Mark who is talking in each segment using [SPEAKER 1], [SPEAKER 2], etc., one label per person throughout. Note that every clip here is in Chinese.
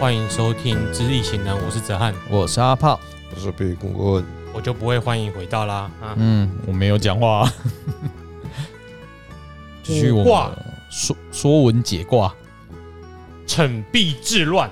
[SPEAKER 1] 欢迎收听《知易行难》，我是泽汉，
[SPEAKER 2] 我是阿炮。
[SPEAKER 3] 我是被公公，
[SPEAKER 1] 我就不会欢迎回到啦啊！
[SPEAKER 2] 嗯，我没有讲话、 啊。继续我们
[SPEAKER 1] 卦
[SPEAKER 2] 的说说文解卦，
[SPEAKER 1] 逞必治乱，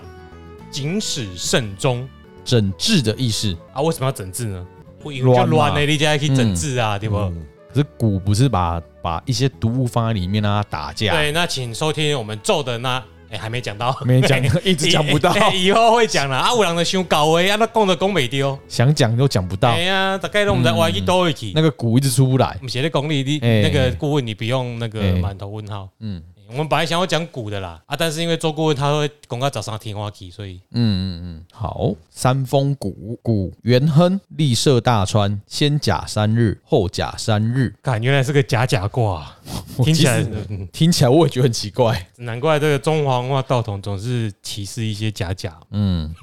[SPEAKER 1] 谨使慎终
[SPEAKER 2] 整治的意思。
[SPEAKER 1] 啊！为什么要整治呢？我
[SPEAKER 2] 乱
[SPEAKER 1] 叫
[SPEAKER 2] 嘛
[SPEAKER 1] 乱呢，你才可以整治啊，对不？
[SPEAKER 3] 嗯
[SPEAKER 2] 可是古不是把把一些毒物放在里面让它打架？
[SPEAKER 1] 对，那请收听我们咒的那，哎，还没讲到，
[SPEAKER 2] 没讲， 一直讲不到，
[SPEAKER 1] 哎以后会讲了。啊，有人的想搞哎，啊，那讲的讲没丢，
[SPEAKER 2] 想讲都讲不到嗯
[SPEAKER 1] 哎。呀，大概我们在歪一兜一起
[SPEAKER 2] 那。个鼓一直出不来
[SPEAKER 1] 我。们写的功力，你
[SPEAKER 2] 哎
[SPEAKER 1] 那个顾问你不用那个
[SPEAKER 2] 哎
[SPEAKER 1] 满头问号。哎
[SPEAKER 2] 嗯
[SPEAKER 1] 我们本来想要讲股的啦，啊，但是因为周顾问他会公告早上听花期，所以
[SPEAKER 2] 嗯嗯嗯，好。三峰谷，谷元亨，立设大川，先甲三日，后甲三日。
[SPEAKER 1] 感原来是个假假卦啊、
[SPEAKER 2] 我
[SPEAKER 1] 听起来
[SPEAKER 2] 其实
[SPEAKER 1] 嗯
[SPEAKER 2] 听起来我也觉得很奇怪。
[SPEAKER 1] 难怪这个中华文化道统总是歧视一些假假，
[SPEAKER 2] 嗯，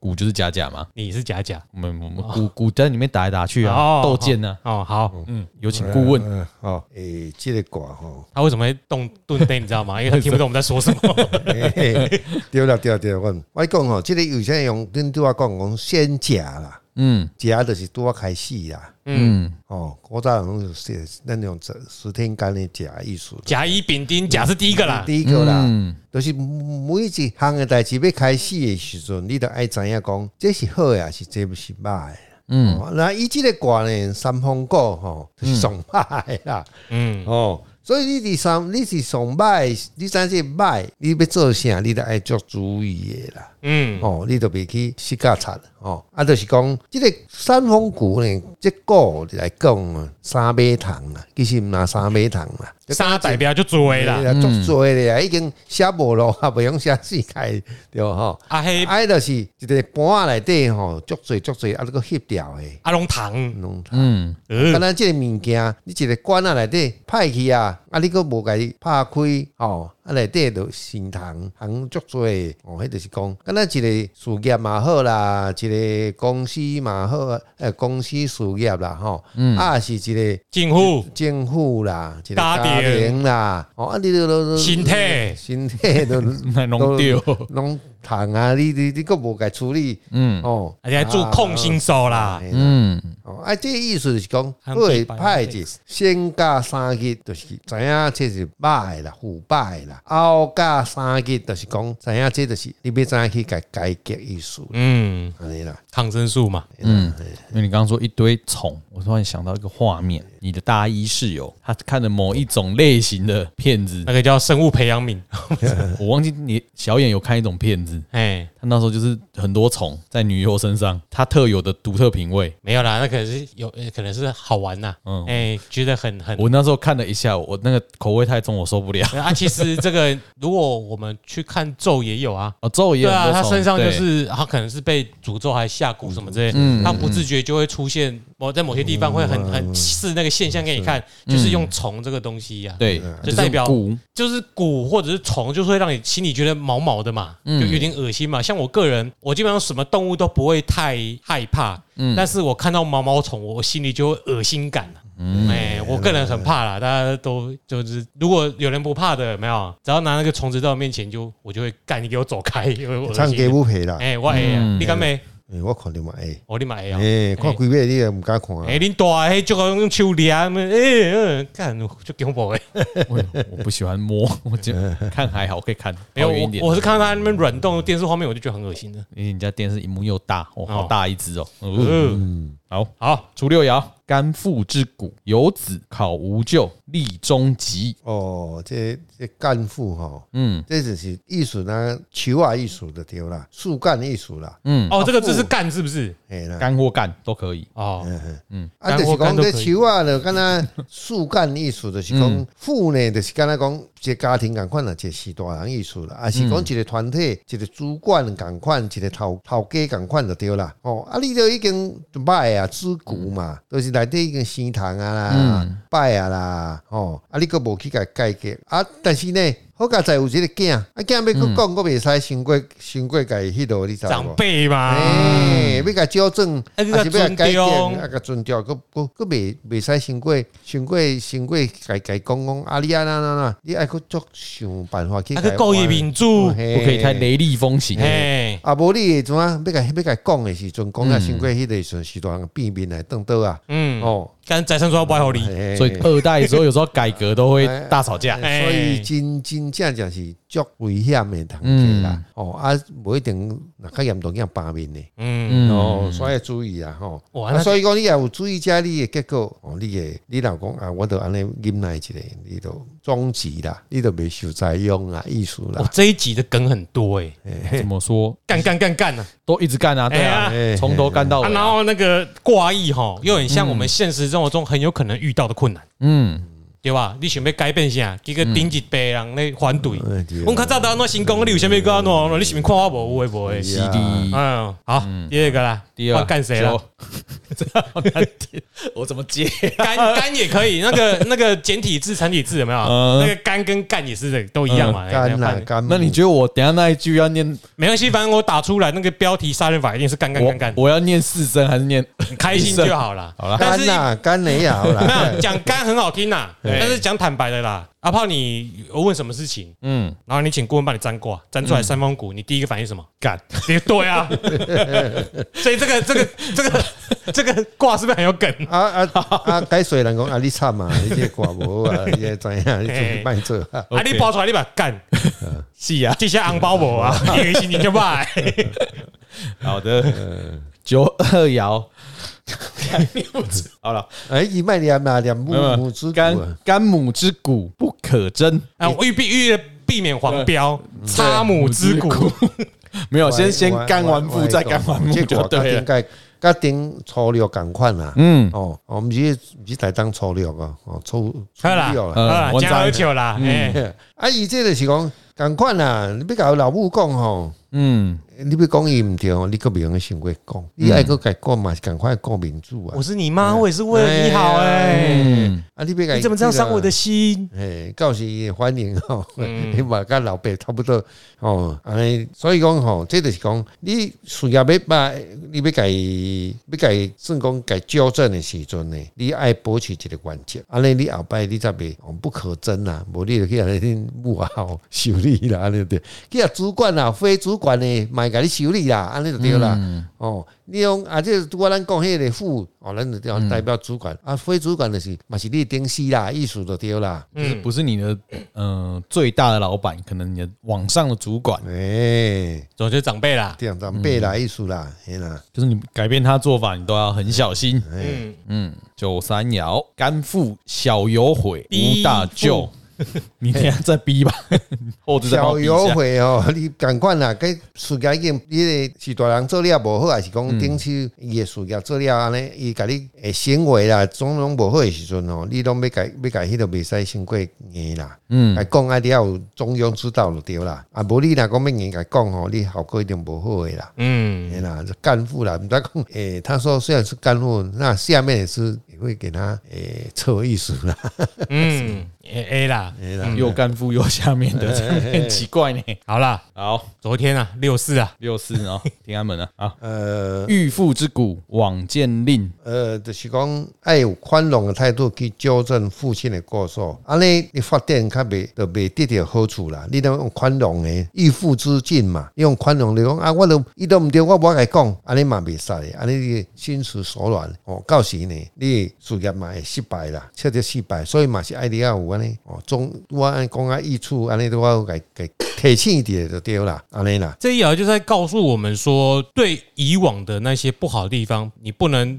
[SPEAKER 2] 谷就是甲甲嘛。
[SPEAKER 1] 你是假假
[SPEAKER 2] 我们我们古古在里面打来打去
[SPEAKER 1] 哦
[SPEAKER 2] 啊，斗剑呢。
[SPEAKER 1] 哦，好，，
[SPEAKER 2] 嗯，有请顾问。
[SPEAKER 3] 嗯，好，诶，这个卦吼
[SPEAKER 1] 他为什么会动顿呆，你知道吗？因为他听不懂我们在说什 么。
[SPEAKER 3] 嘿嘿对啦对啦对啦，我我讲吼，这个有些用恁对我讲讲先食啦，
[SPEAKER 2] 嗯
[SPEAKER 3] 食就是拄啊开始啦，
[SPEAKER 1] 嗯，
[SPEAKER 2] 嗯，
[SPEAKER 3] 哦，古早拢是咱种十十天干的食意思，
[SPEAKER 1] 甲乙丙丁，甲是第一个啦，
[SPEAKER 3] 第一个啦，
[SPEAKER 2] 嗯
[SPEAKER 3] 就是每一项的代志要开始的时阵，你都爱知影讲，这是好的还是这不是歹的。
[SPEAKER 2] 嗯
[SPEAKER 3] 哦那伊即个卦呢，三方果吼，就是上歹的啦。
[SPEAKER 1] 嗯，
[SPEAKER 3] 哦，所以你第三，你是上歹，你三是歹，你要做啥，你都爱做主意的啦。
[SPEAKER 1] 嗯，
[SPEAKER 3] 哦，你都袂去死架擦哦。啊，就是讲，即、个三峰谷呢，即个来讲啊，三马桶啊，其实毋若三马桶啦，
[SPEAKER 1] 三嗯代表就作为啦，
[SPEAKER 3] 哎足多咧啊，已经写无落啊， 袂用写世界对吼。
[SPEAKER 1] 啊黑
[SPEAKER 3] 啊，迄就是一个盘仔内底吼，足多足多啊，你个翕掉诶，
[SPEAKER 1] 阿龙堂，
[SPEAKER 3] 拢
[SPEAKER 2] 嗯
[SPEAKER 3] 敢
[SPEAKER 1] 呃，
[SPEAKER 3] 若即个物件，你一个管啊内底歹去啊，啊你佫无甲伊拍开吼、啊内底就心疼，行足多的哦，迄就是讲，敢若一个事业嘛好啦，一个公司嘛好，诶、公司事业啦吼，啊是一个
[SPEAKER 1] 进户
[SPEAKER 3] 政府啦，一个
[SPEAKER 1] 家
[SPEAKER 3] 家
[SPEAKER 1] 庭
[SPEAKER 3] 庭啦，哦啊你都都都
[SPEAKER 1] 心态
[SPEAKER 3] 身体都
[SPEAKER 2] 那弄丢
[SPEAKER 3] 都拢疼啊，你你你佫无甲处理
[SPEAKER 2] 嗯
[SPEAKER 3] 哦，
[SPEAKER 1] 而且做控心手啦，
[SPEAKER 3] 哎
[SPEAKER 2] 嗯
[SPEAKER 3] 哦，啊，这个意思就是讲，
[SPEAKER 1] 安
[SPEAKER 3] 对
[SPEAKER 1] 排
[SPEAKER 3] 歹是先加三日，就是知影这是歹的啦、腐败的啦；后加三日，就是讲知影这就是你要怎样去改改革意思啦，
[SPEAKER 1] 嗯，
[SPEAKER 3] 安尼啦。
[SPEAKER 1] 抗生素嘛，
[SPEAKER 2] 嗯，因为你刚刚说一堆虫，我突然想到一个画面，
[SPEAKER 3] 嗯
[SPEAKER 2] 你的大一室友他看了某一种类型的片子
[SPEAKER 1] 那，个叫生物培养皿，
[SPEAKER 3] 嗯
[SPEAKER 2] 我忘记你小眼有看一种片子，
[SPEAKER 1] 哎，
[SPEAKER 2] 他那时候就是很多虫在女优身上，他特有的独特品味。
[SPEAKER 1] 没有啦，那可能是有，呃可能是好玩呐，
[SPEAKER 2] 嗯
[SPEAKER 1] 哎，觉得很很
[SPEAKER 2] 我那时候看了一下，我那个口味太重，我受不了。
[SPEAKER 1] 对啊，其实这 个如果我们去看咒也有啊，
[SPEAKER 2] 哦，咒也
[SPEAKER 1] 对
[SPEAKER 2] 有
[SPEAKER 1] 啊，
[SPEAKER 2] 很
[SPEAKER 1] 他
[SPEAKER 2] 多虫
[SPEAKER 1] 身上就
[SPEAKER 2] 对
[SPEAKER 1] 是他可能是被诅咒还下蛊什么之类
[SPEAKER 2] 嗯，
[SPEAKER 1] 他不自觉就会出现某在某些地方会很很是那个现象给你看，
[SPEAKER 2] 嗯
[SPEAKER 1] 就是用虫这个东西呀，
[SPEAKER 2] 对，
[SPEAKER 3] 嗯
[SPEAKER 1] 就代表
[SPEAKER 2] 骨，
[SPEAKER 1] 就是蛊或者是虫，就是会让你心里觉得毛毛的嘛，就
[SPEAKER 2] 嗯
[SPEAKER 1] 有点恶心嘛。像我个人，我基本上什么动物都不会太害怕，
[SPEAKER 2] 嗯
[SPEAKER 1] 但是我看到毛毛虫，我心里就会恶心感啊
[SPEAKER 2] 嗯
[SPEAKER 1] 哎、我个人很怕啦，大家都就是，如果有人不怕的，有没有，只要拿那个虫子到我面前就，我就会干，你给我走开，因为我恶
[SPEAKER 3] 唱
[SPEAKER 1] 心
[SPEAKER 3] 给。不赔啦，
[SPEAKER 1] 哎、我哎、
[SPEAKER 2] 嗯
[SPEAKER 1] 啊，你敢没？
[SPEAKER 3] 欸我看着嘛哎，
[SPEAKER 1] 我立马哎呀！
[SPEAKER 3] 哎，看几遍你也毋敢看啊
[SPEAKER 1] 哎、。恁大嘿，就讲用手抓，哎、欸，干、就恐怖诶。
[SPEAKER 2] 我我不喜欢摸，我就
[SPEAKER 3] 嗯
[SPEAKER 2] 看还好，可以看。
[SPEAKER 1] 没有，
[SPEAKER 2] 跑远一
[SPEAKER 1] 哎我
[SPEAKER 2] 点
[SPEAKER 1] 我是看到他那边软动电视画面，我就觉得很恶心的。
[SPEAKER 2] 因为你家电视荧幕又大，哦，
[SPEAKER 1] 哦
[SPEAKER 2] 好大一只哦。呃
[SPEAKER 1] 嗯，
[SPEAKER 2] 好，
[SPEAKER 1] 好，
[SPEAKER 2] 初六爻，甘父之谷，有子考无咎，立中吉。
[SPEAKER 3] 哦，这这干父吼，
[SPEAKER 2] 嗯
[SPEAKER 3] 这就是艺术啦，球啊艺术的对啦，树干艺术啦，
[SPEAKER 2] 嗯，
[SPEAKER 1] 哦，这
[SPEAKER 3] 啊
[SPEAKER 1] 个字是干是不是？
[SPEAKER 3] 哎啦。
[SPEAKER 2] 干或干都可以。
[SPEAKER 1] 哦，
[SPEAKER 3] 啊，就是讲这树啊，就敢若树干艺术，就是讲富呢，就是敢若讲一个家庭共款啦，一个是大人艺术啦，啊是讲一个团体、一个主管共款，一个头头家共款就对啦。哦，啊，你都已经歹啊，主骨嘛，就是内底已经生虫啊啦，歹啊啦，哦，啊你个无去甲改革啊，但是呢，好佳在有一个囝，啊囝要佫讲，我袂使先过先过家迄落，你知
[SPEAKER 1] 长
[SPEAKER 3] 无？
[SPEAKER 1] 辈嘛，
[SPEAKER 3] 哎，要甲纠正，
[SPEAKER 1] 啊
[SPEAKER 3] 还是
[SPEAKER 1] 要
[SPEAKER 3] 要
[SPEAKER 1] 甲
[SPEAKER 3] 甲
[SPEAKER 1] 尊
[SPEAKER 3] 改
[SPEAKER 1] 重
[SPEAKER 3] 正，啊甲尊重，佫佫佫袂袂使先过先过先过家家讲讲，啊你啊啦啦啦，你爱佫足想办法去
[SPEAKER 1] 那
[SPEAKER 3] 改。哦
[SPEAKER 1] 个故啊意民主，
[SPEAKER 3] 嘿
[SPEAKER 2] 不可以太雷厉风行。
[SPEAKER 1] 嘿，
[SPEAKER 3] 啊，无你会怎啊？要甲要甲讲的时阵，讲啊，先过迄个时阵，是大人变面来瞪倒啊！
[SPEAKER 1] 嗯，
[SPEAKER 3] 哦，
[SPEAKER 1] 跟财产抓不好理，
[SPEAKER 3] 嘿
[SPEAKER 2] 所以二代之后有时候改革都会大吵架。
[SPEAKER 1] 哎
[SPEAKER 3] 所以真真正正是足危险的同志啦。哦啊，无一定若较严重叫罢面的。
[SPEAKER 1] 嗯，
[SPEAKER 2] 嗯，
[SPEAKER 3] 哦，所以要注意啊，吼、
[SPEAKER 1] 哇，
[SPEAKER 3] 啊，
[SPEAKER 1] 那
[SPEAKER 3] 所以讲你也有注意遮你的结果，哦，你的你老公啊，我都安尼忍耐一下，你都终止啦，你都袂受宰殃啊，意思
[SPEAKER 1] 我
[SPEAKER 3] 啦。
[SPEAKER 1] 哦这一集的梗很多哎，
[SPEAKER 2] 怎么说
[SPEAKER 1] 干干干干啊！
[SPEAKER 2] 都一直干啊，对啊
[SPEAKER 3] 哎呀，
[SPEAKER 2] 从头干到
[SPEAKER 1] 啊，
[SPEAKER 2] 尾
[SPEAKER 1] 然
[SPEAKER 2] 啊。
[SPEAKER 1] 后那个挂意哈，又很像我们现实生活中很有可能遇到的困难，
[SPEAKER 2] 嗯，
[SPEAKER 1] 对吧？你想要改变啥？一个顶一辈人咧反对，
[SPEAKER 3] 哎对啊
[SPEAKER 1] 我较早都安怎成功，你有啥物个安怎？你是毋是看我无有诶无诶？
[SPEAKER 3] 是
[SPEAKER 2] 第一，
[SPEAKER 1] 嗯，好，第二个啦，
[SPEAKER 2] 第二
[SPEAKER 1] 换干谁了？？
[SPEAKER 2] 这好难听，我怎么接？
[SPEAKER 1] 干干也可以，那个那个简体字、繁体字有没有？
[SPEAKER 2] 嗯
[SPEAKER 1] 那个干跟干也是的，都一样嘛。
[SPEAKER 3] 干啦
[SPEAKER 1] 换
[SPEAKER 3] 干，
[SPEAKER 2] 那你觉得我等一下那一句要念
[SPEAKER 1] 没关系，反正我打出来那个标题杀人法一定是干干干
[SPEAKER 2] 我
[SPEAKER 1] 干，
[SPEAKER 2] 我要念四声还是念？
[SPEAKER 1] 开心就好啦。
[SPEAKER 2] 好啦
[SPEAKER 1] 但
[SPEAKER 3] 干
[SPEAKER 1] 是
[SPEAKER 3] 啦干你也好
[SPEAKER 1] 没
[SPEAKER 3] 啦
[SPEAKER 1] 有，讲干很好听呐，
[SPEAKER 2] 对
[SPEAKER 1] 但是讲坦白的啦。阿炮，你我问什么事情，
[SPEAKER 2] 嗯，
[SPEAKER 1] 然后你请顾问帮你占卦，占出来三方股，你第一个反应是什么？干，对 啊。所以这个这个这个这个卦是不是很有梗？
[SPEAKER 3] 啊啊啊！该水人讲啊，你惨啊，你这挂无啊，你也知影，你出去卖做啊。
[SPEAKER 1] 啊，
[SPEAKER 2] OK
[SPEAKER 1] 你包出来你把它干，
[SPEAKER 2] 是啊，
[SPEAKER 1] 这些红包无 啊，你的心情就歹。
[SPEAKER 2] 好的。呃九二爻，好了，
[SPEAKER 3] 哎，伊卖念嘛念母
[SPEAKER 2] 没有
[SPEAKER 3] 母之啊干
[SPEAKER 2] 干干母之骨不可争，
[SPEAKER 1] 啊，我避避避免黄标，擦母之骨，
[SPEAKER 2] 没有，先先干完父再干完母
[SPEAKER 3] 结
[SPEAKER 2] 就
[SPEAKER 3] 果甲
[SPEAKER 2] 对了。
[SPEAKER 3] 顶甲甲顶粗略共款啦。
[SPEAKER 2] 嗯，
[SPEAKER 3] 哦，我们是毋是台当粗略啊，哦粗粗
[SPEAKER 1] 好啦，
[SPEAKER 3] 略
[SPEAKER 1] 好
[SPEAKER 3] 啦。
[SPEAKER 1] 啦，
[SPEAKER 2] 我知
[SPEAKER 1] 加喝酒啦，哎，
[SPEAKER 3] 啊，伊这就是讲共款啦，你要甲老母讲吼。
[SPEAKER 2] 嗯，
[SPEAKER 3] 你要讲伊毋对吼，你个袂用想过讲，你爱个甲讲嘛，是赶快讲民主啊
[SPEAKER 1] 我！是你妈，我也是为了你好哎，
[SPEAKER 3] 哎，啊，你别
[SPEAKER 1] 你怎么这样伤我的心？
[SPEAKER 3] 诶，到时也欢迎吼， 你嘛甲老爸差不多哦，安尼，所以讲吼，这就是讲你事业要把，你要家要家算讲家纠正的时阵呢，你爱保持一个原则，安尼你后摆你才袂哦不可争啦，无你就去安尼恁母啊吼修理啦，安尼就对，去啊主管啦，非主管的嘛会甲你修理啦，安尼就对啦。哦，你用啊，这拄仔咱讲迄个副哦，咱就要代表主管、啊，非主管就是嘛是你的顶司啦，意思就对啦。
[SPEAKER 2] 就是不是你的呃最大的老板，可能你的网上的主管，
[SPEAKER 3] 哎，
[SPEAKER 1] 总之长辈啦，
[SPEAKER 3] 这样长辈啦，艺术啦，
[SPEAKER 2] 嗯
[SPEAKER 3] 嘿啦，
[SPEAKER 2] 就是你改变他做法，你都要很小心。
[SPEAKER 3] 哎
[SPEAKER 1] 嗯，
[SPEAKER 2] 嗯，九三爻，甘父小有悔，
[SPEAKER 1] 逼
[SPEAKER 2] 无大救。
[SPEAKER 3] 哎
[SPEAKER 2] 你等一下再逼吧， 后置再帮我
[SPEAKER 3] 小
[SPEAKER 2] 逼一下
[SPEAKER 3] 有会哦， 你赶快啦，该事业已经你的是大人做了无好，还是
[SPEAKER 2] 嗯
[SPEAKER 3] 讲顶起伊的事业做了安尼，伊甲你诶行为啦，种种无好的时阵哦，你拢要改要改，迄个袂使先过硬啦。
[SPEAKER 2] 嗯
[SPEAKER 3] 来讲啊，你要有中庸之道就对啦。啊，无你若讲要硬甲讲吼，你效果一定无好诶啦。
[SPEAKER 1] 嗯，
[SPEAKER 3] 哎啦，这干部啦，你知讲， 诶、他说虽然是干部，那下面也是也会给他诶凑意思啦，
[SPEAKER 1] 嗯，A A 啦，
[SPEAKER 3] 哎啦，
[SPEAKER 2] 嗯又干父又下面的，这
[SPEAKER 1] 哎
[SPEAKER 2] 样很奇怪呢。
[SPEAKER 1] 好啦，
[SPEAKER 2] 好，
[SPEAKER 1] 昨天啊，六四啊，
[SPEAKER 2] 六四 啊，天安门啊，啊，
[SPEAKER 3] 呃
[SPEAKER 2] 御父之骨，往见令。
[SPEAKER 3] 呃，就是讲爱有宽容的态度去纠正父亲的过错，安尼你发展较袂就袂得到好处啦。你ต้อง用宽容的，以父之敬嘛，你用宽容来讲啊，我都伊都毋对，我无甲伊讲，安尼嘛袂使的，安尼你心慈手软哦，到时呢，你事业嘛会失败啦，彻底失败，所以嘛是爱你要有安尼哦，总我按讲啊益处，安尼都我有甲甲提醒一点就对啦，安尼啦，
[SPEAKER 1] 这一爻就在告诉我们说，对以往的那些不好的地方，你不能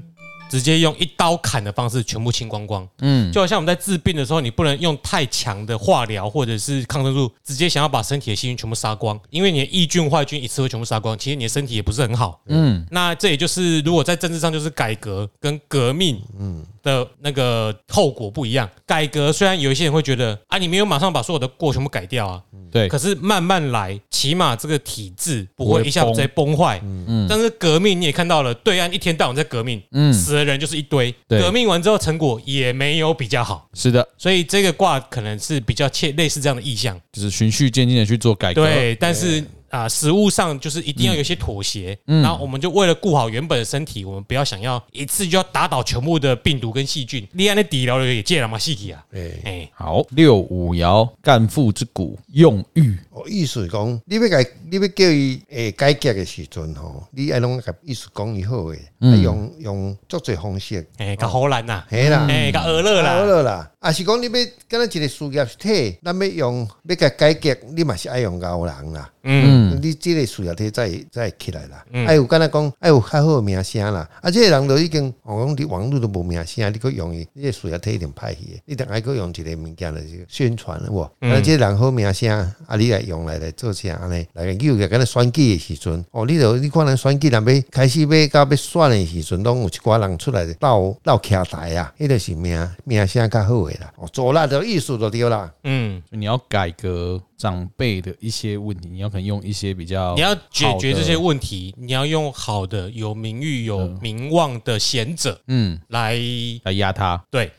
[SPEAKER 1] 直接用一刀砍的方式全部清光光。
[SPEAKER 2] 嗯，
[SPEAKER 1] 就好像我们在治病的时候，你不能用太强的化疗或者是抗生素，直接想要把身体的细菌全部杀光，因为你的益菌、坏菌一次会全部杀光，其实你的身体也不是很好。
[SPEAKER 2] 嗯
[SPEAKER 1] 那这也就是，如果在政治上就是改革跟革命，嗯，的那个后果不一样。改革虽然有一些人会觉得啊，你没有马上把所有的过全部改掉啊，
[SPEAKER 2] 对，
[SPEAKER 1] 可是慢慢来，起码这个体制不会一下子直接崩坏。
[SPEAKER 2] 嗯
[SPEAKER 1] 但是革命你也看到了，对岸一天到晚在革命，
[SPEAKER 2] 嗯
[SPEAKER 1] 死的人就是一堆，
[SPEAKER 2] 对
[SPEAKER 1] 革命完之后成果也没有比较好，
[SPEAKER 2] 是的，
[SPEAKER 1] 所以这个卦可能是比较切类似这样的意向。
[SPEAKER 2] 就是循序渐进的去做改革。
[SPEAKER 1] 对，但是啊、食物上就是一定要有一些妥协。
[SPEAKER 2] 嗯
[SPEAKER 1] 然后我们就为了顾好原本的身体，我们不要想要一次就要打倒全部的病毒跟细菌。你安的底疗也戒了嘛，细体啊，
[SPEAKER 3] 诶，
[SPEAKER 1] 哎、
[SPEAKER 2] 好，六五爻干父之骨用玉，
[SPEAKER 3] 哦，意思是讲，你要改，你要叫伊诶改革的时阵吼，你爱拢甲意思讲伊好诶，啊用用足侪方式，
[SPEAKER 1] 哎、欸，搞荷兰呐，
[SPEAKER 3] 嘿啦，
[SPEAKER 1] 哎、搞俄勒
[SPEAKER 3] 好
[SPEAKER 1] 啦，
[SPEAKER 3] 了啦，啊是讲你要，敢若一个事业体，咱要用要甲改革，你嘛是爱用牛人啦。
[SPEAKER 1] 嗯，
[SPEAKER 3] 你即个事业体才会才会起来啦。哎、有敢若讲，哎有较好的名声啦。啊，即、个人都已经，我讲伫网络都无名声，你搁用伊，你个事业体一定歹去的。你定爱搁用一个物件来宣传有无？啊，即、个人好名声，啊，你来用来来做啥安尼？来个有个敢若选举的时阵，哦，你著你看人选举，人要开始要到要选的时阵，拢有一寡人出来斗斗徛台啊，迄著是名名声较好的啦。哦，做啦著意思就对啦。
[SPEAKER 1] 嗯，
[SPEAKER 2] 你要改革长辈的一些问题，你要可能用一些比较
[SPEAKER 1] 你要解
[SPEAKER 2] 好
[SPEAKER 1] 决
[SPEAKER 2] 的
[SPEAKER 1] 这些问题，你要用好的、有名誉、有名望的贤者
[SPEAKER 2] 嗯
[SPEAKER 1] 来。
[SPEAKER 2] 来压他，
[SPEAKER 1] 对，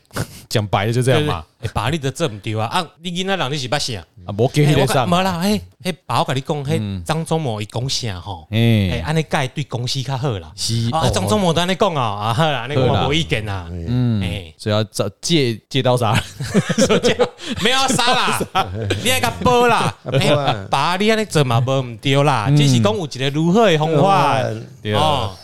[SPEAKER 2] 讲白了就这样啊嘛，
[SPEAKER 1] 就是，哎，把你的证丢啊！啊，你囡仔人你是捌啥？
[SPEAKER 2] 啊，我给你
[SPEAKER 1] 哎
[SPEAKER 2] 的
[SPEAKER 1] 我讲
[SPEAKER 2] 上，
[SPEAKER 1] 没啦，哎哎，爸，我跟你讲，嘿，张忠谋伊讲啥吼？哎，
[SPEAKER 2] 哎，
[SPEAKER 1] 安尼改对公司较好啦。
[SPEAKER 2] 西
[SPEAKER 1] 啊，张忠谋都安尼讲啊，啊好啦，那个
[SPEAKER 2] 哦好啦
[SPEAKER 1] 我无意见啦。
[SPEAKER 2] 嗯
[SPEAKER 1] 哎，
[SPEAKER 2] 所以要找借借刀杀人，
[SPEAKER 1] 所以这样没有要杀啦，你爱甲报 啦，
[SPEAKER 2] 啊
[SPEAKER 1] 哎，爸，你安尼做嘛无毋对啦，只是讲有一个如何的方法。
[SPEAKER 2] 对啊
[SPEAKER 1] 哦，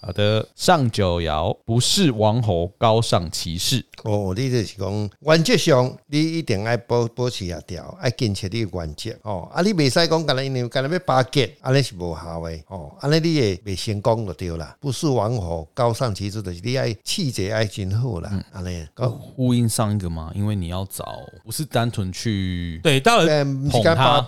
[SPEAKER 2] 好的，上九爻不是王侯，高尚其事。
[SPEAKER 3] 哦，你就是讲原则上，你一定爱保保持下条，爱坚持你的原则。哦，啊，你袂使讲干那因为干那要巴结，安尼是无效的。哦，安尼你会袂成功就对啦。不是王侯高尚其志，就是你爱气质爱真好啦。安尼、
[SPEAKER 2] 呃
[SPEAKER 3] 嗯，
[SPEAKER 2] 呼应上一个嘛，因为你要找不是单纯去
[SPEAKER 1] 对，到了
[SPEAKER 3] 但哎毋是讲巴要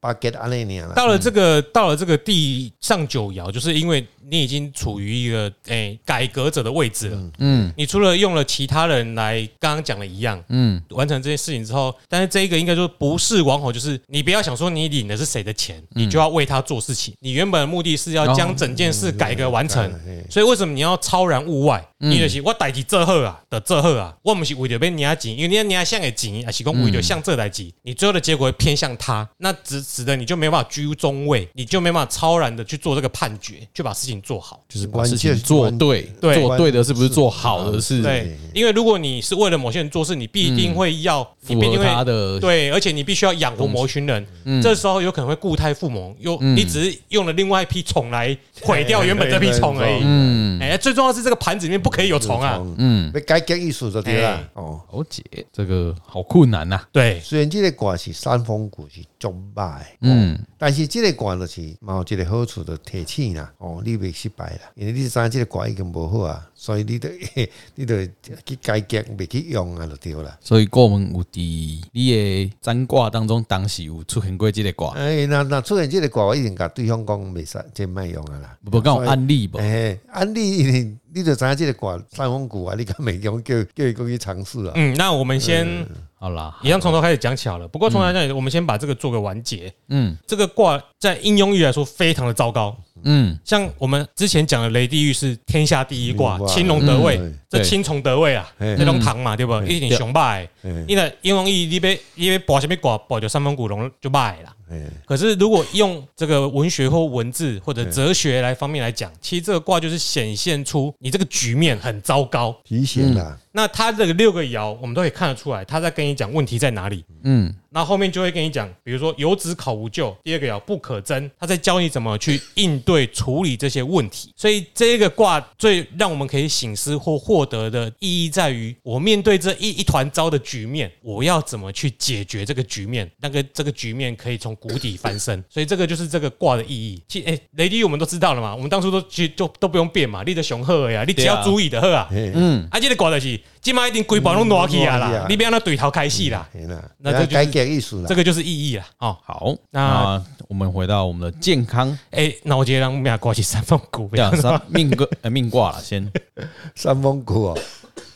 [SPEAKER 3] 巴结安尼尔啦。
[SPEAKER 1] 到了这个到了这个第上九爻，就是因为你已经处于一个哎改革者的位置了，
[SPEAKER 2] 嗯
[SPEAKER 1] 你除了用了其他人来刚刚讲的一样。
[SPEAKER 2] 嗯
[SPEAKER 1] 完成这件事情之后，但是这一个应该说不是王侯，就是你不要想说你领的是谁的钱，你就要为他做事情。你原本的目的是要将整件事改革完成，所以为什么你要超然物外？你就是我代志做好啊的做好啊，我不是为了被领钱，因为你领向的钱，还是讲为了向这代志，你最后的结果会偏向他，那只使得你就没办法居中位，你就没办法超然的去做这个判决，去把事情做好。
[SPEAKER 2] 就是把事情做对，
[SPEAKER 1] 对
[SPEAKER 2] 做对的是不是做好的事？
[SPEAKER 1] 对，因为如果你是为了某些人做事，你必定会要，你
[SPEAKER 2] 符
[SPEAKER 1] 必定
[SPEAKER 2] 合
[SPEAKER 1] 会
[SPEAKER 2] 他的
[SPEAKER 1] 对，而且你必须要养活某群人，这时候有可能会固态复萌，又你只是用了另外一批虫来毁掉原本这批虫而已。
[SPEAKER 2] 嗯，
[SPEAKER 1] 哎，最重要的是这个盘子里面不可以有虫啊！
[SPEAKER 3] 嗯，要改革意思就对
[SPEAKER 2] 哎
[SPEAKER 3] 啦。哦。
[SPEAKER 2] 好姐，这个好困难啊呐、
[SPEAKER 1] 对，
[SPEAKER 3] 虽然这个卦是三风卦是中歹，
[SPEAKER 2] 嗯
[SPEAKER 3] 嗯，但是这个卦就是嘛有一个好处，就提醒啦，哦，你袂失败啦，因为你知影这个卦已经无好啊，所以你得 你得去改革，袂去用啊，就对啦。
[SPEAKER 2] 所以过门有伫你的占卦当中，当时有出现过这个卦，
[SPEAKER 3] 哎，那那出现这个卦，我一定甲对方讲袂使，这莫用啊啦。
[SPEAKER 2] 不讲有案例不？
[SPEAKER 3] 哎，啊你你 你就知影这个卦三风卦啊，你敢袂用叫叫伊过去尝试啊？
[SPEAKER 1] 嗯，那我们先
[SPEAKER 2] 好啦，
[SPEAKER 1] 一样从头开始讲起好了。不过从头开始，我们先把这个做个完结。
[SPEAKER 2] 嗯
[SPEAKER 1] 这个卦在应用域来说非常的糟糕，
[SPEAKER 2] 嗯，
[SPEAKER 1] 像我们之前讲的雷地狱是天下第一卦
[SPEAKER 3] 嗯，哇
[SPEAKER 1] 青龙得位
[SPEAKER 3] 嗯，
[SPEAKER 1] 这
[SPEAKER 2] 对
[SPEAKER 1] 青虫得位啊，
[SPEAKER 3] 嗯
[SPEAKER 1] 这种堂嘛，对不？一点熊拜，
[SPEAKER 3] 嗯
[SPEAKER 1] 你的因为伊你被你被博什么卦，博就三分古龙就拜啦。
[SPEAKER 3] 哎，
[SPEAKER 1] 可是如果用这个文学或文字或者哲学来方面来讲，其实这个卦就是显现出你这个局面很糟糕。
[SPEAKER 3] 提醒啦，
[SPEAKER 1] 那它这个六个爻，我们都可以看得出来，他在跟你讲问题在哪里。
[SPEAKER 2] 嗯
[SPEAKER 1] 那后面就会跟你讲，比如说有子考无咎，第二个爻不可争，他在教你怎么去应对处理这些问题。 所以这个卦最让我们可以醒思或获得的意义在于，我面对这一一团糟的局面，我要怎么去解决这个局面，那个这个局面可以从谷底翻身。 所以这个就是这个卦的意义。其实，哎、雷迪我们都知道了嘛，我们当初都其实就都不用变嘛，立的雄鹤呀，你只
[SPEAKER 2] 对
[SPEAKER 1] 要
[SPEAKER 2] 啊
[SPEAKER 1] 注意的鹤啊。
[SPEAKER 3] 嘿
[SPEAKER 2] 嗯，
[SPEAKER 1] 啊，这个卦就是，今麦一定规包拢挪去啊
[SPEAKER 3] 嗯挪去
[SPEAKER 1] 啦
[SPEAKER 3] 啊，嗯
[SPEAKER 1] 你不要那对头开戏啦。
[SPEAKER 3] 嘿啦，
[SPEAKER 1] 那这就是
[SPEAKER 3] 改革意思啦
[SPEAKER 1] 这。个就是意义啦。哦，
[SPEAKER 2] 好，
[SPEAKER 1] 那
[SPEAKER 2] 那我们回到我们的健康，
[SPEAKER 1] 哎、那我今天让我们俩挂起三方股
[SPEAKER 2] 这
[SPEAKER 1] 票
[SPEAKER 2] 样，三命卦呃命卦了，先
[SPEAKER 3] 三风卦哦，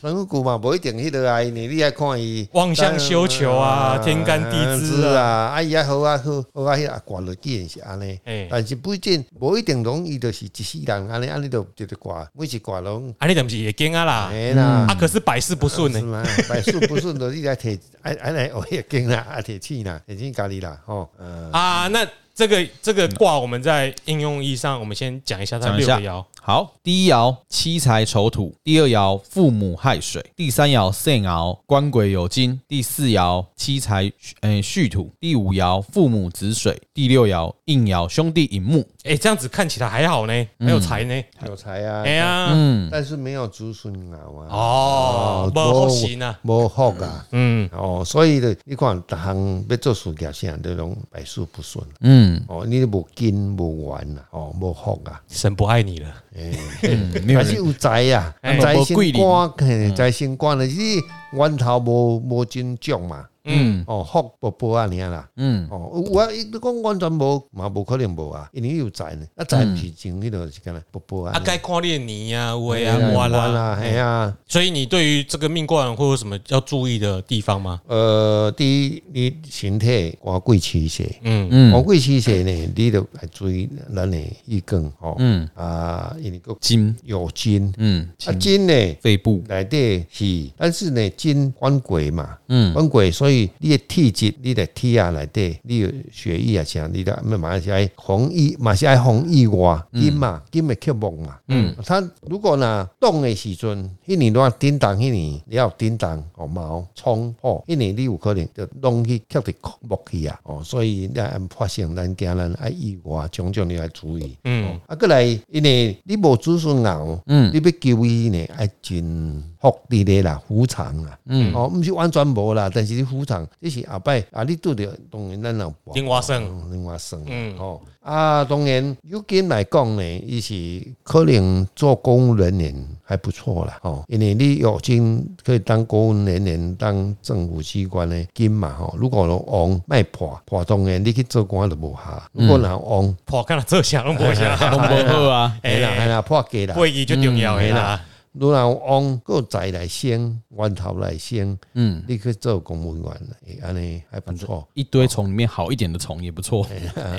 [SPEAKER 3] 人骨嘛，无一定迄落啊，你你爱看伊
[SPEAKER 1] 望向修求啊天干地支啊
[SPEAKER 3] 啊，啊伊啊好啊好好啊，迄啊挂落既然是安尼
[SPEAKER 1] 嘿，
[SPEAKER 3] 但是不一定无一定拢伊就是一世人安尼安尼就就就挂，每一挂拢
[SPEAKER 1] 啊，你怎么是也惊啊啦？
[SPEAKER 3] 哎啦。
[SPEAKER 1] 啊，可是百试不顺
[SPEAKER 3] 是
[SPEAKER 1] 呢。
[SPEAKER 3] 嘛？百顺不顺的，你来提， 哎哎来，我也跟啦，啊提气啦，提气咖喱啦，吼，嗯，
[SPEAKER 1] 啊，那这个这个卦我们在应用意义上，我们先讲一下它
[SPEAKER 2] 讲一
[SPEAKER 1] 六
[SPEAKER 2] 下
[SPEAKER 1] 个爻。
[SPEAKER 2] 好，第一爻七财丑土，第二爻父母亥水，第三爻肾爻官鬼酉金，第四爻七财呃戌土，第五爻父母子水，第六爻应爻兄弟寅木。
[SPEAKER 1] 哎，这样子看起来还好呢，还有财呢。
[SPEAKER 3] 有才啊，
[SPEAKER 1] 哎呀，
[SPEAKER 2] 嗯，
[SPEAKER 3] 但是没有子孙啊，哇
[SPEAKER 1] 哦，不好行啊。
[SPEAKER 3] 无福啊，
[SPEAKER 1] 嗯，
[SPEAKER 3] 哦，所以咧，你看，逐项要做事业，啥都拢百事不顺，
[SPEAKER 2] 嗯
[SPEAKER 3] 哦，你无根无源啊，哦，无福啊，
[SPEAKER 1] 神不爱你了。
[SPEAKER 2] 嗯，没有
[SPEAKER 3] 还是
[SPEAKER 2] 人
[SPEAKER 3] 有财啊，
[SPEAKER 1] 哎
[SPEAKER 3] 财
[SPEAKER 2] 无桂
[SPEAKER 3] 先
[SPEAKER 2] 林
[SPEAKER 3] 官， 嘿财先官啊，你源头无无真种嘛，
[SPEAKER 1] 嗯，
[SPEAKER 3] 哦，福无保安尼啦。
[SPEAKER 2] 嗯
[SPEAKER 3] 哦，有啊，你讲完全无嘛，无可能无啊，因为伊有财呢，啊财毋是真迄落是干呐，不不
[SPEAKER 1] 啊，该啊看练你呀，我
[SPEAKER 3] 哎
[SPEAKER 1] 呀，我啦。
[SPEAKER 3] 啦，哎呀，
[SPEAKER 1] 所以你对于这个命卦人会有什么要注意的地方吗？
[SPEAKER 3] 呃，第一，你身体我贵气些，
[SPEAKER 1] 嗯，
[SPEAKER 3] 我
[SPEAKER 2] 嗯
[SPEAKER 3] 贵气些呢，你就来注意咱的意更哦，
[SPEAKER 2] 嗯
[SPEAKER 3] 啊，因为个
[SPEAKER 2] 金
[SPEAKER 3] 有金，
[SPEAKER 2] 嗯
[SPEAKER 3] 啊金呢
[SPEAKER 2] 肺部
[SPEAKER 3] 内底是，但是呢金管鬼嘛，
[SPEAKER 2] 嗯
[SPEAKER 3] 管鬼，所以你的体质，你的体啊内底，你有血液啊啥，你的咩嘛是爱防疫，嘛是爱防疫外金嘛，金的缺木嘛。嗯，它如果呢动的时阵，迄年话叮当，迄年你要叮当哦毛冲哦，迄年你有可能就拢去缺伫木去啊哦，所以咱按发生咱惊咱爱意外，种种你要注意。
[SPEAKER 1] 嗯，
[SPEAKER 3] 啊，过来，因为你无子孙熬，
[SPEAKER 2] 嗯
[SPEAKER 3] 你要救伊呢，爱真福利的啦，补偿啦，嗯，哦，毋是完全无啦，但是你补偿，这是后摆啊，你拄着当然咱有
[SPEAKER 1] 丁华生，
[SPEAKER 3] 嗯另外算，
[SPEAKER 1] 嗯
[SPEAKER 3] 嗯，哦，啊，当然，有金来讲呢，伊是可能做公务人员还不错啦，哦，因为你有金可以当公务人员、当政府机关的金嘛，吼、如果若王卖破破，当然你去做官就无下，如果若王
[SPEAKER 1] 破看了这想都不 想，
[SPEAKER 2] 都不好啊，
[SPEAKER 3] 哎啦哎
[SPEAKER 1] 哎，
[SPEAKER 3] 啦，破格啦。
[SPEAKER 1] 会议就重要的
[SPEAKER 3] 嗯
[SPEAKER 1] 啦。
[SPEAKER 3] 如果有往个财来先，源头来先，
[SPEAKER 2] 嗯，
[SPEAKER 3] 你去做公务员，诶，安尼还不错。
[SPEAKER 2] 一堆虫里面好一点的虫也不错，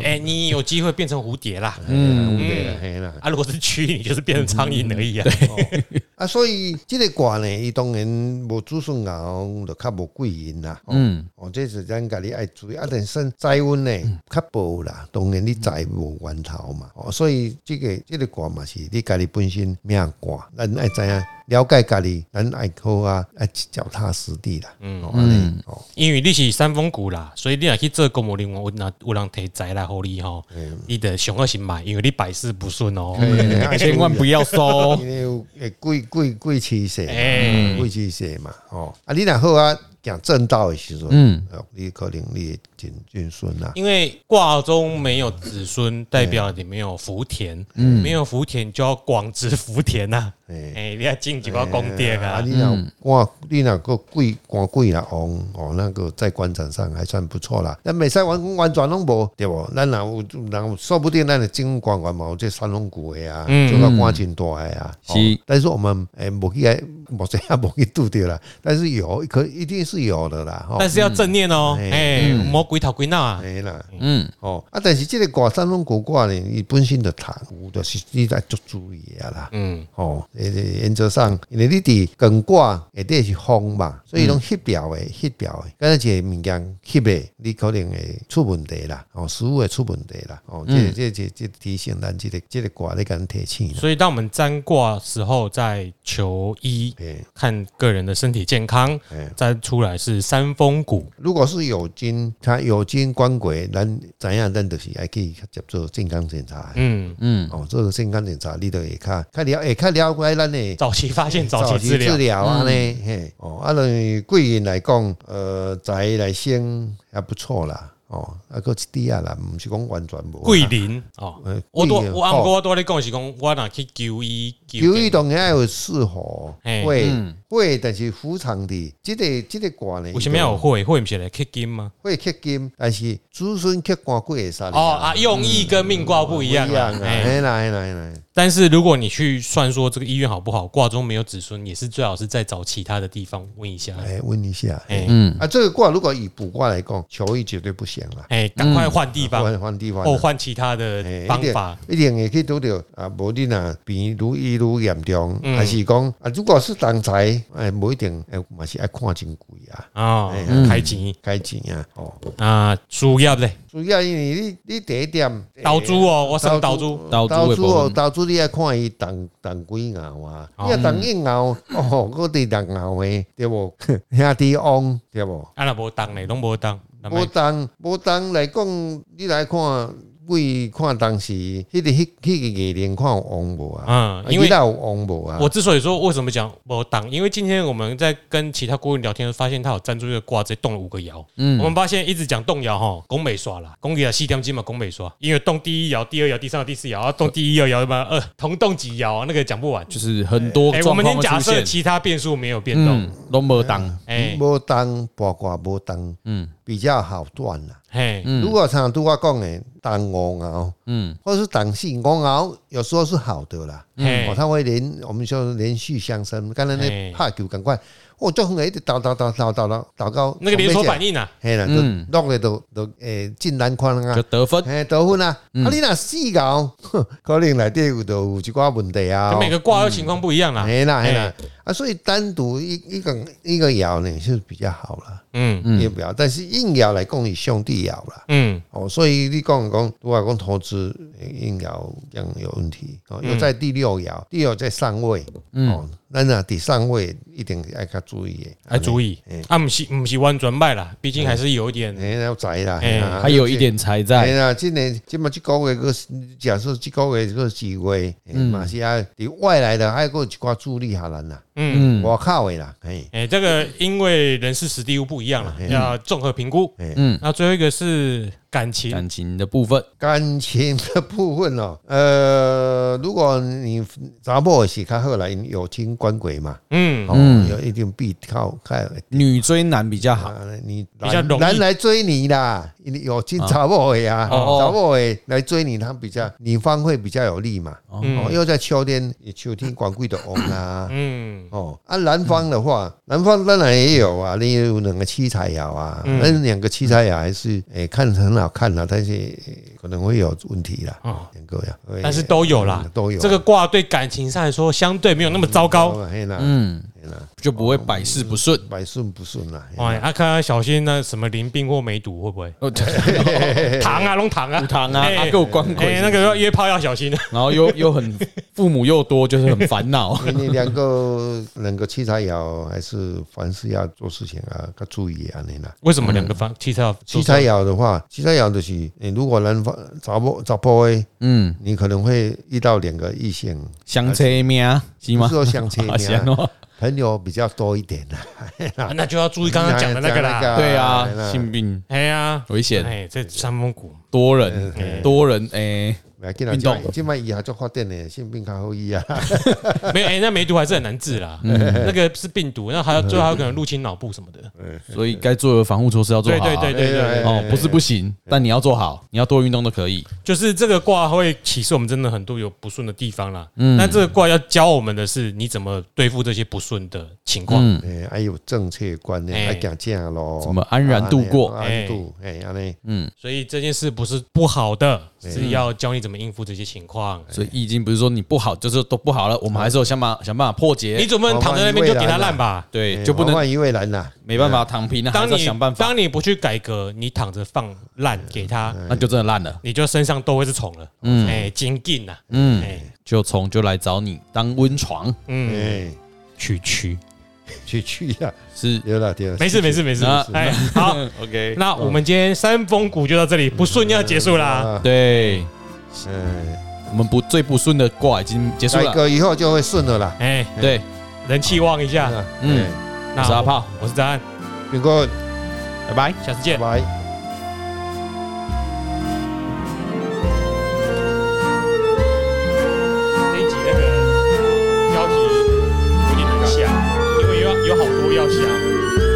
[SPEAKER 1] 哎，你有机会变成蝴蝶啦。
[SPEAKER 3] 嗯，对啦，嘿啦。
[SPEAKER 1] 啊，如果是蛆，你就是变成苍蝇而已啊。
[SPEAKER 3] 啊，所以这个卦呢，伊当然无子孙爻，就较无贵人啦。
[SPEAKER 2] 嗯
[SPEAKER 3] 哦，这是咱家己爱注意。啊，但是财运呢，较无啦，当然你财无源头嘛。哦，所以这个这个卦嘛是你家己本身命卦，咱爱知影了解家己，咱爱好啊，爱脚踏实地啦。嗯，安尼哦。
[SPEAKER 1] 因为你是山峰谷啦，所以你若去做公务人员，有若有人提财来互你吼，
[SPEAKER 3] 嗯
[SPEAKER 1] 你得上好先买，因为你百事不顺哦。
[SPEAKER 3] 嘿
[SPEAKER 2] 千万不要收
[SPEAKER 3] 因，为有诶贵贵贵气势，嗯
[SPEAKER 1] 哎
[SPEAKER 3] 贵气势嘛，吼啊，你若好啊，讲正道的时阵，
[SPEAKER 2] 嗯
[SPEAKER 3] 哦，你可能你会真真顺啊啦，
[SPEAKER 1] 因为卦中没有子
[SPEAKER 3] 嗯
[SPEAKER 1] 孙，代表你没有福田，没有福田就要广植福田呐。
[SPEAKER 3] 哎
[SPEAKER 1] 哎，你要进几块宫殿
[SPEAKER 3] 啊，
[SPEAKER 1] 啊？
[SPEAKER 3] 你若
[SPEAKER 2] 嗯
[SPEAKER 3] 官，你若个贵官贵啦，哦哦，那个在官场上还算不错啦，咱袂使完完全拢无，对无？咱若有，人有说不定咱的政府官员嘛，有这三龙骨的啊，
[SPEAKER 1] 嗯
[SPEAKER 3] 做到官真大的啊，
[SPEAKER 2] 是
[SPEAKER 3] 哦但是我们诶，无去诶，无这也无去拄着啦，但是有，可一定是有的啦，吼
[SPEAKER 1] 但，是要正念哦，
[SPEAKER 3] 嗯
[SPEAKER 1] 哎，魔鬼头鬼闹啊！
[SPEAKER 3] 哎啦。
[SPEAKER 2] 嗯
[SPEAKER 3] 哦，啊，但是这个卦山东古卦呢，伊本身就谈，有就是你来足注意啊啦。
[SPEAKER 1] 嗯，
[SPEAKER 3] 哦，诶，原则上，因为你伫艮卦下底是风嘛，所
[SPEAKER 1] 嗯
[SPEAKER 3] 以拢翕表诶，翕表诶，敢若一个物件翕诶，你可能会出问题啦，哦，事物会出问题啦，哦，这这这这提醒咱这个这个卦咧，甲咱提醒啦。
[SPEAKER 1] 嗯所以当我们占卦时候，在求医
[SPEAKER 3] 诶，
[SPEAKER 1] 看个人的身体健康
[SPEAKER 3] 嗯，
[SPEAKER 1] 占出来是山峰谷。
[SPEAKER 3] 如果是酉金，它酉金官鬼，咱知影咱就是爱去接做健康检查的。
[SPEAKER 1] 嗯，
[SPEAKER 2] 嗯
[SPEAKER 3] 哦，做健康检查，你就会较较了，会较了解咱诶。
[SPEAKER 1] 早期发现，早期治疗嗯
[SPEAKER 3] 治。疗啊呢，嘿，哦，啊，对贵人来讲，呃，财来先还不错啦，哦，啊，个一啲啊啦，唔是讲完全无啦。
[SPEAKER 1] 桂林哦，
[SPEAKER 3] 呃，
[SPEAKER 1] 我多
[SPEAKER 3] 贵人
[SPEAKER 1] 我啊，不过
[SPEAKER 3] 哦
[SPEAKER 1] 我多咧讲是讲，我若去求医，
[SPEAKER 3] 有一当然要有适合
[SPEAKER 1] 嘿
[SPEAKER 3] 会
[SPEAKER 2] 嗯
[SPEAKER 3] 会，但是府场的这个这个官呢，
[SPEAKER 1] 为什么要有会？会不是来克金吗？
[SPEAKER 3] 会克金，但是子孙克官贵会使
[SPEAKER 1] 哦啊，用意跟命卦不一
[SPEAKER 3] 哎一
[SPEAKER 1] 样
[SPEAKER 3] 样
[SPEAKER 1] 啊
[SPEAKER 3] 啊，。
[SPEAKER 1] 哎
[SPEAKER 3] 哎啦哎啦哎啦，
[SPEAKER 1] 但是如果你去算说这个医院好不好，卦中没有子孙，也是最好是再找其他的地方问一下。
[SPEAKER 3] 哎，问一下，
[SPEAKER 1] 哎
[SPEAKER 2] 嗯，
[SPEAKER 3] 啊，这个卦如果以卜卦来讲，求医绝对不行啦，啊
[SPEAKER 1] 哎，赶快换地方，
[SPEAKER 3] 换嗯换地方啦
[SPEAKER 1] 或换其他的
[SPEAKER 3] 哎
[SPEAKER 1] 方法。
[SPEAKER 3] 一定会去拄着啊，无你若病愈医愈严重，
[SPEAKER 1] 嗯
[SPEAKER 3] 还是讲啊，如果是人才，哎，无一定，哎，嘛是爱看真贵啊，
[SPEAKER 1] 啊
[SPEAKER 3] 哎，
[SPEAKER 1] 开机
[SPEAKER 3] 开钱啊，哦，
[SPEAKER 1] 啊，主要嘞，
[SPEAKER 3] 主要因为你你第一点，
[SPEAKER 1] 岛猪哦，我生岛猪，
[SPEAKER 2] 导
[SPEAKER 3] 投
[SPEAKER 2] 猪
[SPEAKER 3] 资
[SPEAKER 2] 不
[SPEAKER 3] 哦，投资你爱看伊动动几牛啊，
[SPEAKER 1] 哦
[SPEAKER 3] 你若动一牛， 哦，我伫动牛诶，对无？ 兄弟翁对无？
[SPEAKER 1] 啊那无当嘞，拢无当，那
[SPEAKER 3] 无
[SPEAKER 1] 么
[SPEAKER 3] 动无动来讲，你来看，为看当时迄个迄迄个月龄看有翁无啊？
[SPEAKER 1] 嗯，因
[SPEAKER 3] 你
[SPEAKER 1] 为
[SPEAKER 3] 哪有翁无啊？
[SPEAKER 1] 我之所以说为什么讲我挡，因为今天我们在跟其他顾问聊天，发现他有赞助一个卦，直接动了五个爻。我
[SPEAKER 2] 嗯
[SPEAKER 1] 们发现一直讲动爻哈，拱北刷啦，拱北啊，西点金嘛，拱北刷，因为动第一爻、第二爻、第三爻、第四爻，啊动第一爻爻嘛，呃，同动几爻，那个讲不完。
[SPEAKER 2] 就是很多
[SPEAKER 1] 哎，我
[SPEAKER 2] 状
[SPEAKER 1] 们
[SPEAKER 2] 况
[SPEAKER 1] 先
[SPEAKER 2] 会
[SPEAKER 1] 假
[SPEAKER 2] 出
[SPEAKER 1] 设
[SPEAKER 2] 现，
[SPEAKER 1] 其他变数没有变动，
[SPEAKER 2] 嗯，都没当，
[SPEAKER 1] 哎
[SPEAKER 3] 嗯无当八卦无当，
[SPEAKER 2] 嗯
[SPEAKER 3] 比较好断啦。
[SPEAKER 1] 嘿，
[SPEAKER 2] 嗯
[SPEAKER 3] 如果像拄我讲的，当五牛
[SPEAKER 2] 嗯
[SPEAKER 3] 或是当四五牛，有时候是好的啦。
[SPEAKER 1] 嘿
[SPEAKER 3] 哦，，它会连我们说连续相生，刚才
[SPEAKER 1] 嗯嘿
[SPEAKER 3] 那拍球赶快，哦，就很一直倒倒倒倒倒倒倒到
[SPEAKER 1] 那个连锁反应啊，
[SPEAKER 3] 嘿啦，
[SPEAKER 2] 嗯
[SPEAKER 3] 就落来都都诶进篮筐啊
[SPEAKER 2] 就，得分，
[SPEAKER 3] 嘿得分啊，
[SPEAKER 2] 嗯
[SPEAKER 3] 啊你若四牛，哼可能内底有就有一寡问题啊哦
[SPEAKER 1] 就。每个卦的情况不一样啦。
[SPEAKER 3] 嘿啦嘿啦，啊，所以单独一一个一个爻呢是比较好啦。
[SPEAKER 1] 嗯
[SPEAKER 2] 嗯
[SPEAKER 3] 也不要，但是硬爻来讲，伊兄弟爻啦。
[SPEAKER 1] 嗯，
[SPEAKER 3] 哦，所以你讲讲，如果讲投资硬爻这样有问题，哦，
[SPEAKER 1] 嗯
[SPEAKER 3] 又在第六爻，第六在上位，
[SPEAKER 2] 嗯
[SPEAKER 3] 哦，咱啊第上位一定要较注意的，
[SPEAKER 1] 要注
[SPEAKER 3] 意，
[SPEAKER 1] 意
[SPEAKER 3] 哎
[SPEAKER 1] 啊，不是不是完全败啦，毕竟还是有一点，
[SPEAKER 3] 哎，要宅啦，
[SPEAKER 1] 哎
[SPEAKER 3] 嘿啦
[SPEAKER 2] 还有一。点才
[SPEAKER 3] 哎
[SPEAKER 2] 在，
[SPEAKER 3] 啦，今年今嘛这个月个，假设这个月个机会，
[SPEAKER 2] 嗯
[SPEAKER 3] 马是啊，对外来的还有一寡助力下咱啦，
[SPEAKER 1] 嗯。
[SPEAKER 2] 嗯
[SPEAKER 3] 我靠的啦，哎
[SPEAKER 1] 哎、这个因为人事实地物不一样了，
[SPEAKER 3] 嗯
[SPEAKER 1] 要综合评估。
[SPEAKER 3] 哎，
[SPEAKER 2] 嗯，
[SPEAKER 1] 那最后一个是感情，
[SPEAKER 2] 感情的部分，
[SPEAKER 3] 感情的部分哦，呃，如果你查某是较好啦，因有亲官鬼嘛，
[SPEAKER 1] 嗯，
[SPEAKER 3] 哦
[SPEAKER 2] 嗯，
[SPEAKER 3] 有一定必靠靠，
[SPEAKER 2] 女追男比较好，
[SPEAKER 3] 啊，你
[SPEAKER 1] 比较容易
[SPEAKER 3] 男来追你啦，因为有亲查某的呀，
[SPEAKER 2] 哦哦
[SPEAKER 3] 查某的来追你，他比较女方会比较有利嘛，哦，
[SPEAKER 1] 嗯
[SPEAKER 3] 又在秋天，秋天官贵的翁啊。
[SPEAKER 1] 嗯，
[SPEAKER 3] 哦，啊，南方的话，南方当然也有啊，你有两个七彩爻啊，
[SPEAKER 1] 嗯
[SPEAKER 3] 那两个七彩爻还是诶、看着很好看啦、但是、诶可能会有问题啦，
[SPEAKER 1] 哦
[SPEAKER 3] 两个呀，会
[SPEAKER 1] 但是都有啊啦
[SPEAKER 3] 嗯都有
[SPEAKER 1] 这个卦对感情上来说相对没有那么糟糕。
[SPEAKER 3] 嗯嘿啦，
[SPEAKER 2] 嗯，
[SPEAKER 3] 嘿啦，
[SPEAKER 2] 就不会百试不顺。
[SPEAKER 3] 百顺不顺啦，嘿
[SPEAKER 1] 哎，
[SPEAKER 3] 啦
[SPEAKER 1] 啊，看看小心那什么淋病或梅毒会不会
[SPEAKER 2] 哦，对，
[SPEAKER 1] 糖啊，弄糖啊
[SPEAKER 2] 无，糖啊，
[SPEAKER 1] 哎
[SPEAKER 2] 啊给我关
[SPEAKER 1] 哎，
[SPEAKER 2] 鬼，
[SPEAKER 1] 那个约炮要小心。
[SPEAKER 2] 然后又又很父母又多，就是很烦 恼。
[SPEAKER 3] 因为两个两个七彩爻还是凡事要做事情啊，要注意啊，你啦。
[SPEAKER 1] 为什么两个方嗯七彩要
[SPEAKER 3] 七彩爻的话，七彩爻就是，你如果南方找不找不诶，
[SPEAKER 2] 嗯，
[SPEAKER 3] 你可能会遇到两个异性，
[SPEAKER 2] 相车命是
[SPEAKER 3] 不
[SPEAKER 2] 吗
[SPEAKER 3] 是？说相亲
[SPEAKER 2] 好香哦，
[SPEAKER 3] 朋友比较多一点啦。
[SPEAKER 1] 啊那就要注意刚刚嗯讲的那个啦。
[SPEAKER 2] 对
[SPEAKER 3] 哎
[SPEAKER 2] 啊，
[SPEAKER 3] 那
[SPEAKER 2] 性病
[SPEAKER 1] 哎呀，
[SPEAKER 2] 危险，
[SPEAKER 1] 哎，这三峰谷，
[SPEAKER 2] 多人多人哎，
[SPEAKER 3] 不要紧啦
[SPEAKER 2] 运动
[SPEAKER 3] 啊这摆以后做发展的性病较好 医啊。
[SPEAKER 1] 没有哎，那梅毒还是很难治啦。那个是病毒，那还有最后还有可能入侵脑部什么的。
[SPEAKER 2] 所以该做的防护措施要做
[SPEAKER 1] 对
[SPEAKER 2] 好
[SPEAKER 1] 对
[SPEAKER 2] 啊。
[SPEAKER 1] 对对对对
[SPEAKER 3] 哎。
[SPEAKER 2] 哦，不是不行，但你要做好，你要多运动都可以。
[SPEAKER 1] 就是这个卦会启示我们真的很多有不顺的地方啦。嗯，但这个卦要教我们的是你怎么对付这些不顺的情况。
[SPEAKER 2] 嗯，
[SPEAKER 3] 哎，还有正确观念，
[SPEAKER 1] 哎
[SPEAKER 3] 还讲这样咯，
[SPEAKER 2] 怎么安然
[SPEAKER 3] 啊
[SPEAKER 2] 度过？嗯
[SPEAKER 3] 安然度，哎，安尼，
[SPEAKER 1] 所以这件事不是不好的，是要教你怎么应付这些情况。
[SPEAKER 2] 所以易经不是说你不好就是都不好了，我们还是有想办想办法破
[SPEAKER 1] 你
[SPEAKER 2] 解。
[SPEAKER 1] 总不能躺在那边就给他烂吧？
[SPEAKER 2] 对，
[SPEAKER 3] 哎
[SPEAKER 2] 就不
[SPEAKER 3] 万
[SPEAKER 2] 能
[SPEAKER 3] 万一为难啦。
[SPEAKER 2] 没办法躺平了，啊还
[SPEAKER 1] 啊当
[SPEAKER 2] 是要
[SPEAKER 1] 你
[SPEAKER 2] 想办法，
[SPEAKER 1] 当你不去改革，你躺着放烂给他，
[SPEAKER 2] 那就真的烂了。
[SPEAKER 1] 你就身上都会是虫了。嗯，哎，精进呐，
[SPEAKER 2] 嗯，
[SPEAKER 1] 哎，
[SPEAKER 2] 就从就来找你当温床
[SPEAKER 1] 嗯，
[SPEAKER 3] 哎，
[SPEAKER 1] 区区，
[SPEAKER 3] 去去啦，
[SPEAKER 2] 是
[SPEAKER 3] 对啦对啦，
[SPEAKER 1] 没事没事没事
[SPEAKER 2] 啊，
[SPEAKER 1] 哎，好，
[SPEAKER 2] OK，
[SPEAKER 1] 那我们今天三峰谷就到这里，不顺要结束啦。
[SPEAKER 3] 啊，
[SPEAKER 2] 对
[SPEAKER 3] 嗯。
[SPEAKER 2] 我们不最不顺的卦已经结束
[SPEAKER 3] 改
[SPEAKER 2] 了。
[SPEAKER 3] 革以后就会顺了啦。
[SPEAKER 1] 哎，
[SPEAKER 2] 对，
[SPEAKER 1] 人气旺一下。
[SPEAKER 2] 嗯
[SPEAKER 3] 嗯，
[SPEAKER 1] 那
[SPEAKER 2] 我是阿炮，
[SPEAKER 1] 我是张安，
[SPEAKER 3] 苹果，
[SPEAKER 2] 拜拜。
[SPEAKER 1] 下次
[SPEAKER 3] 哎拜
[SPEAKER 1] 见。
[SPEAKER 3] 拜。
[SPEAKER 1] 这一集那个标题有点难下，因为又要掉下。